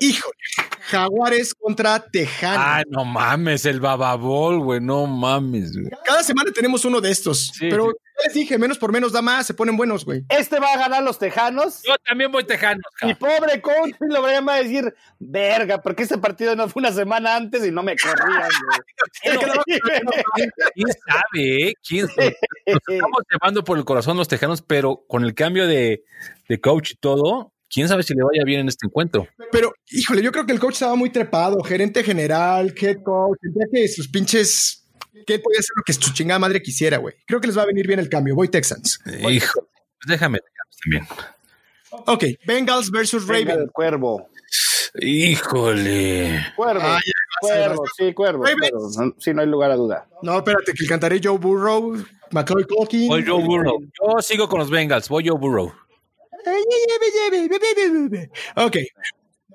Híjole, Jaguares contra Tejanos.
Ah, no mames, el bababol, güey. No mames, güey.
Cada semana tenemos uno de estos.
Sí,
pero
sí.
ya les dije, menos por menos da más, se ponen buenos, güey.
Este va a ganar los Tejanos.
Yo también voy tejano.
Mi pobre coach lo voy a llamar a decir, verga, porque este partido no fue una semana antes y no me corrían.
[laughs]
güey".
¿Quién sabe, eh? ¿Quién sabe? Nos estamos llevando por el corazón los tejanos, pero con el cambio de, de coach y todo, quién sabe si le vaya bien en este encuentro.
Pero, híjole, yo creo que el coach estaba muy trepado, gerente general, head coach, tendría que sus pinches, que él podía hacer lo que su chingada madre quisiera, güey. Creo que les va a venir bien el cambio. Voy Texans.
Hijo, pues déjame Tejanos también.
Ok, Bengals versus
Venga,
Ravens.
el cuervo.
Híjole.
Cuervo.
Ay,
cuervo, sí, cuervo.
Ravens.
cuervo. No, Sí, no hay lugar a duda.
No, espérate, que cantaré Joe Burrow, McCoy Culkin.
Voy Joe Burrow. Yo sigo con los Bengals, voy Joe Burrow.
Ok.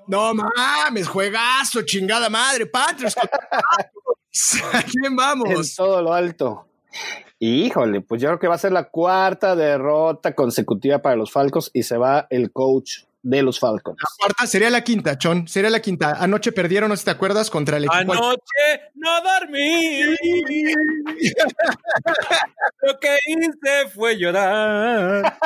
No mames, juegazo, chingada madre, Patriots. contra Patriots. ¿A quién
En
vamos?
todo lo alto. Pues, Híjole, pues yo creo que va a ser la cuarta derrota consecutiva para los Falcons y se va el coach de los Falcons.
La cuarta sería la quinta, Chon. Sería la quinta. Anoche perdieron, no sé si te acuerdas, contra el equipo.
Anoche no dormí. Lo que hice fue llorar.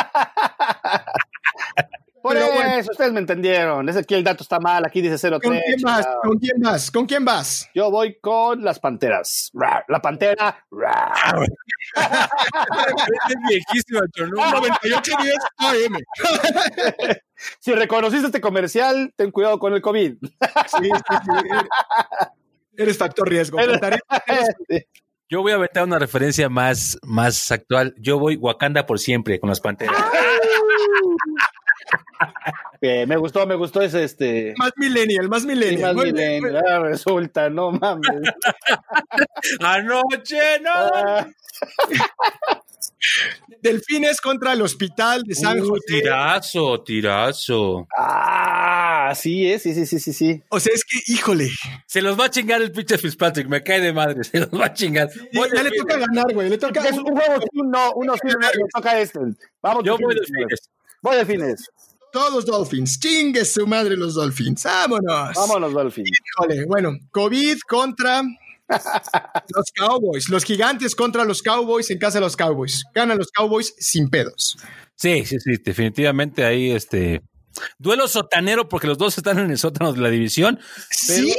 Por
Pero
eso,
bueno.
ustedes me entendieron. Es aquí el dato está mal, aquí dice
¿Con
0-3.
quién vas?
chingado.
¿Con quién vas? ¿Con quién vas?
Yo voy con las panteras. Rar, La pantera. rar.
Este es viejísimo, Chon, no mames.
98 10 AM.
Si reconociste este comercial, ten cuidado con el COVID.
Sí, sí, sí. Eres factor riesgo. Cantaré-
Yo voy a aventar una referencia más, más actual. Yo voy Wakanda por siempre con las panteras.
Eh, me gustó, me gustó ese este.
Más millennial, más
Sí,
millennial.
más
Muy bien, [laughs]
milenio. Ah, resulta, no mames.
Anoche no.
Ah,
güey. Delfines contra el hospital de San
Uh,
José.
tirazo, tirazo.
ah, sí, eh, sí, sí, sí, sí, sí.
O sea, es que, híjole,
Se los va a chingar el pinche Fitzpatrick, me cae de madre, se los va a chingar. Voy
ya le
Delfines.
toca ganar, güey. Le toca.
Es [laughs] un juego sí, un no, uno sí, un no, le toca este. Vamos,
Yo voy
Delfines.
Delfines.
Voy Delfines.
Todos los Dolphins. Chingue su madre los Dolphins. Vámonos.
Vámonos, Dolphins.
Híjole, bueno, COVID contra Los Cowboys, los gigantes contra los Cowboys en casa de los Cowboys. Ganan los Cowboys sin pedos.
Sí, sí, sí, definitivamente ahí este duelo sotanero porque los dos están en el sótano de la división. pero-
sí,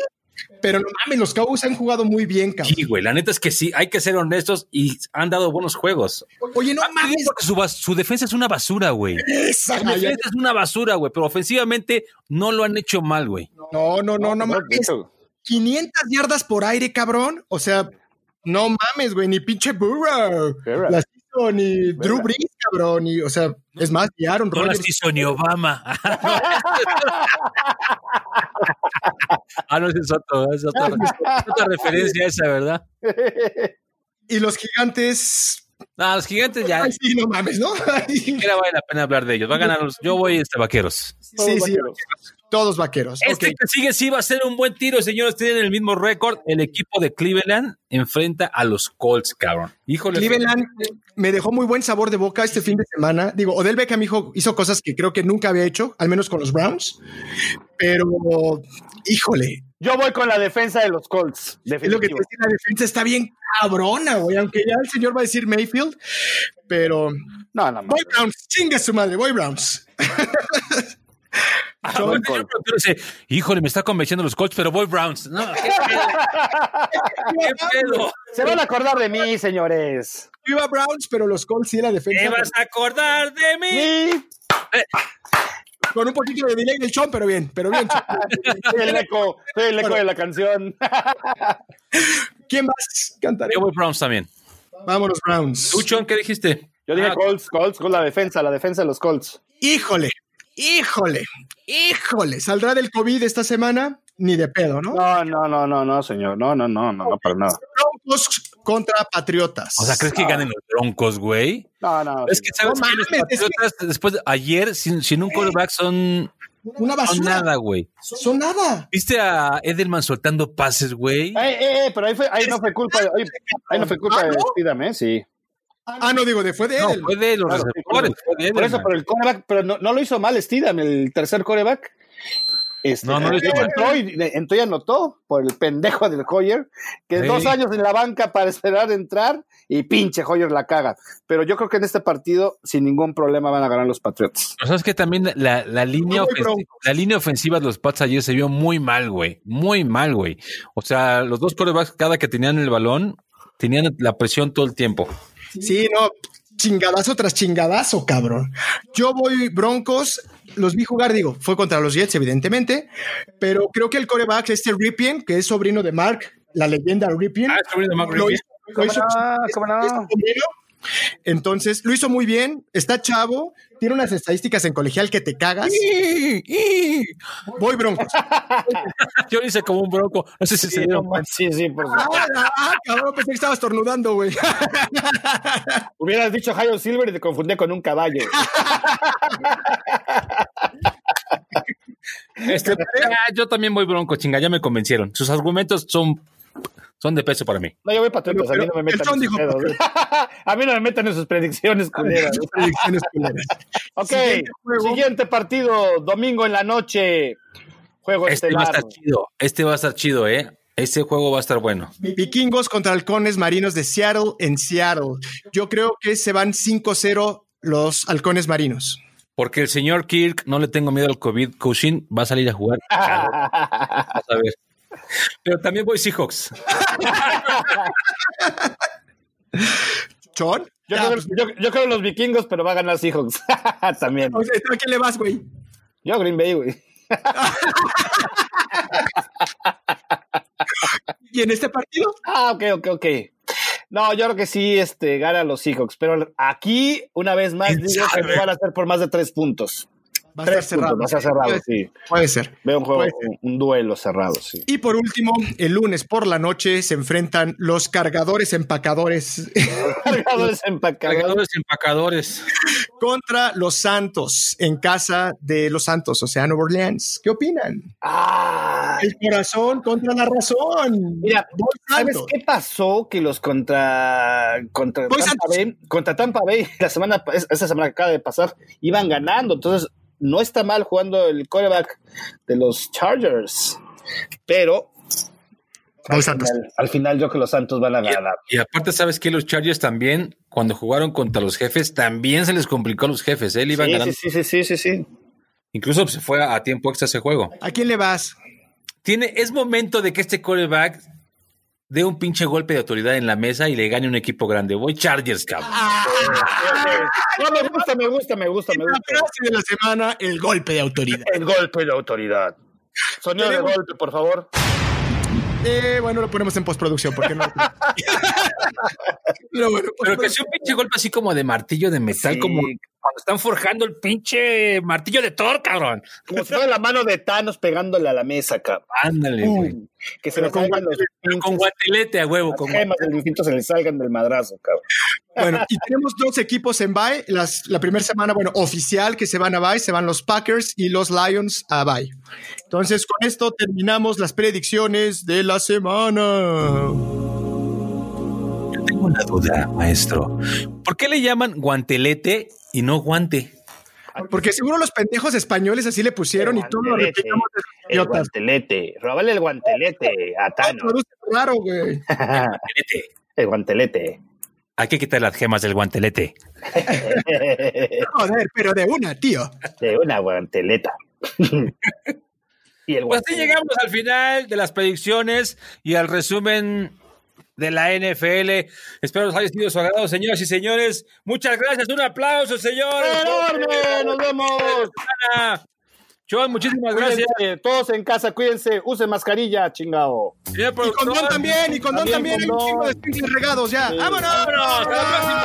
pero no mames, los Cowboys han jugado muy bien, cabrón.
Sí, güey, la neta es que sí, hay que ser honestos y han dado buenos juegos.
Oye, no
Ah, más bien
mames.
porque su, bas- su defensa es una basura, güey. Su
esa- ay, ay,
defensa es una basura, güey, pero ofensivamente no lo han hecho mal, güey.
No, no, no, no mames.
Eso.
500 yardas por aire, cabrón. O sea, no mames, güey, ni pinche Burrow.
Burrow.
Las hizo ni Drew Brees, cabrón. Y, o sea, es más, ni Aaron
No las
Rodgers.
hizo ni Obama. [laughs] ah, no, ese es otro, es otro- otra referencia esa, ¿verdad?
Y los gigantes.
Ah, los gigantes ya,
Ay,
ni
sí, no mames, ¿no? Sí,
siquiera vale la pena hablar de ellos. Va a ganar los, yo voy este vaqueros.
sí, todos vaqueros.
Este
Ok.
que sigue sí va a ser un buen tiro, señores. Tienen el mismo récord. El equipo de Cleveland enfrenta a los Colts, cabrón. Híjole.
Cleveland me dejó muy buen sabor de boca este fin de semana. Digo, Odell Beckham hijo, hizo cosas que creo que nunca había hecho, al menos con los Browns. Pero, híjole,
Yo voy con la defensa de los Colts.
es lo que te
Definitivo.
decía, la defensa está bien cabrona, güey. Aunque ya el señor va a decir Mayfield, pero
No, no, no.
voy Browns, chinga su madre, voy Browns. [laughs]
Ah, bueno, [laughs] yo prefiero ese, Híjole, me está convenciendo los Colts, pero voy Browns. No, qué pedo. [laughs] Qué pedo.
Se van a acordar de mí, señores.
Viva Browns, pero los Colts sí la defensa.
Te vas a acordar de mí.
Y
Con un poquito de delay del chon, pero bien, pero
[laughs]
bien. chon.
soy el eco, soy el eco de la canción. [laughs]
¿Quién más? Cantaré.
Yo voy Browns también.
Vámonos, Browns.
¿Tú, Chon, qué dijiste?
Yo dije
Ah,
Colts, Colts, con la defensa, la defensa de los Colts.
Híjole, híjole, híjole. ¿Saldrá del COVID esta semana? Ni de pedo, ¿no?
No, no, no, no, no, señor. No, no, no, no, no, para nada.
Broncos contra Patriotas.
o sea, ¿crees que ganen los Broncos, güey?
No, no.
Es que,
señor.
¿sabes
No
qué? Los
mames, es que-
Patriotas, después de- ayer, sin, sin un quarterback, son,
Una
son
basura.
nada, güey.
Son nada.
¿Viste a Edelman soltando pases, güey?
Eh, eh, eh, pero ahí, fue, ahí no fue culpa, de- ahí, ahí no fue culpa
Ah,
de
¿no?
despídame, sí.
Ah, no, digo, de fue de
No,
él.
fue de los
Claro, sí, por
receptores.
eso.
fue de
Por eso,
Edelman.
pero el coreback, pero no, no lo hizo mal Steedham, el tercer coreback. Este,
No, no lo hizo
de hecho,
mal.
entró y, de- entró y anotó por el pendejo del Hoyer, que
Sí.
dos años en la banca para esperar entrar y pinche Hoyer la caga. Pero yo creo que en este partido, sin ningún problema, van a ganar los Patriotas.
Pero sabes que también la, la línea
Yo voy
ofensiva,
Broncos.
la línea ofensiva de los Pats ayer se vio muy mal, güey. Muy mal, güey. O sea, los dos corebacks, cada que tenían el balón, tenían la presión todo el tiempo.
Sí, no. Chingadazo tras chingadazo, cabrón. Yo voy Broncos, los vi jugar, digo, fue contra los Jets, evidentemente, pero creo que el coreback, este Ripien, que es sobrino de Mark, la leyenda Ripien, lo hizo, lo hizo- Entonces, lo hizo muy bien, está chavo, tiene unas estadísticas en colegial que te cagas. Voy Broncos.
[laughs]
Ah,
Yo lo hice como un bronco. No sé si se dieron cuenta.
Sí, sí, por supuesto.
Ah, cabrón, pensé que estaba estornudando, güey.
Hubieras dicho Ohio Silver y te confundí con un caballo.
Este, [laughs] ah, yo también voy bronco, chinga, ya me convencieron. Sus argumentos son, son de peso para mí.
No, yo voy Patriotas, a mí no me
El
metan
John
en
dijo
sus pedos. ¿eh?". [laughs] A mí no me metan en sus predicciones, culeras.
[laughs] Predicciones culeras.
Ok,
Siguiente
siguiente,
juego.
partido, domingo en la noche. Juego
Pues
Este va a
estelar.
estar chido. Este va a estar chido, ¿eh? Este juego va a estar bueno.
Vikingos contra halcones marinos de Seattle en Seattle. Yo creo que se van 5-0 los halcones marinos.
Porque el señor Kirk, no le tengo miedo al COVID, Cushing va a salir a
[laughs]
jugar. Vamos a ver. Pero también voy Seahawks.
¿Chon?
Yo,
Ya,
creo,
pues,
yo, yo creo los vikingos, pero va a ganar Seahawks. [laughs] También.
o sea, ¿A quién le vas, güey?
Yo Green Bay, güey.
¿Y en este partido?
Ah, ok, ok, ok. No, yo creo que sí este, gana los Seahawks, pero aquí, una vez más, digo que no van a ser por más de tres puntos.
Va a
tres
estar cerrado.
puntos, va a ser cerrado,
Puede-
sí.
Puede ser.
Veo un juego,
Puede
un, un duelo
[laughs]
cerrado, sí.
Y por último, el lunes por la noche se enfrentan los cargadores empacadores [laughs]
Cargadores empacadores.
Cargadores, empacadores.
contra los Santos en casa de los Santos, o sea, Nueva Orleans. ¿Qué opinan?
Ah,
El corazón contra la razón.
Mira,
Voy
¿Sabes
Santos.
qué pasó? Que los contra contra
Voy
Tampa
Santos.
Bay, contra Tampa Bay [laughs] la semana pa- es- esa semana que acaba de pasar iban ganando, entonces no está mal jugando el coreback de los Chargers, pero
Voy
Al
Santos.
final, al final yo creo que los Santos van a ganar.
Y aparte, ¿sabes que Los Chargers también, cuando jugaron contra los jefes, también se les complicó a los jefes. Él iba ganando.
Sí, sí, sí, sí, sí, sí.
Incluso se fue a, a tiempo extra ese juego.
¿A quién le vas?
Tiene, es momento de que este quarterback dé un pinche golpe de autoridad en la mesa y le gane un equipo grande. Voy Chargers, cabrón.
Ah, No, me gusta, me gusta, me gusta, me
La
gusta.
frase de la semana, el golpe de autoridad.
El golpe de autoridad. Sonido de
Tenemos-
golpe, por favor.
Eh, bueno, lo ponemos en postproducción, porque no. Pero bueno,
Pero que sea un pinche golpe así como de martillo de metal,
Sí.
como cuando están forjando el pinche martillo de Thor, cabrón.
Como si fuera la mano de Thanos pegándole a la mesa, cabrón.
Ándale, güey.
Que se le
con
salgan los
Con
pinches
guantelete a huevo. Con
gemas del infinito, se le salgan del madrazo, cabrón.
Bueno, y tenemos dos equipos en bye. Las, la primera semana, bueno, oficial que se van a bye, se van los Packers y los Lions a bye. Entonces, con esto terminamos las predicciones de la semana.
Yo tengo una duda, maestro. ¿Por qué le llaman guantelete y no guante?
Porque seguro los pendejos españoles así le pusieron y todo lo
guantelete,
replicamos.
El guantelete. Robale el guantelete a Thanos.
Claro,
[laughs]
güey.
Guantelete.
El guantelete.
Hay que quitar las gemas del guantelete.
De
Joder, pero de una, tío.
una guanteleta. [laughs] Y el
Pues así
guantelete.
llegamos al final de las predicciones y al resumen de la NFL. Espero les haya sido su agrado, señoras y señores. Muchas gracias. Un aplauso, señores.
¡Enorme! ¡Nos vemos!
Joan, muchísimas gracias.
Cuídense, Todos en casa, cuídense. Usen mascarilla, chingao.
Señor
Y
productor,
condón también, y condón también. Hay un
También condón.
chingo de sprinkles regados ya. ¡Vámonos!
vámonos. Hasta la próxima.